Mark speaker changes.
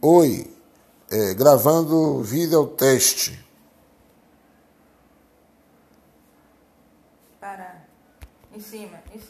Speaker 1: Oi, é, gravando vídeo teste.
Speaker 2: Parar. Em cima, em cima.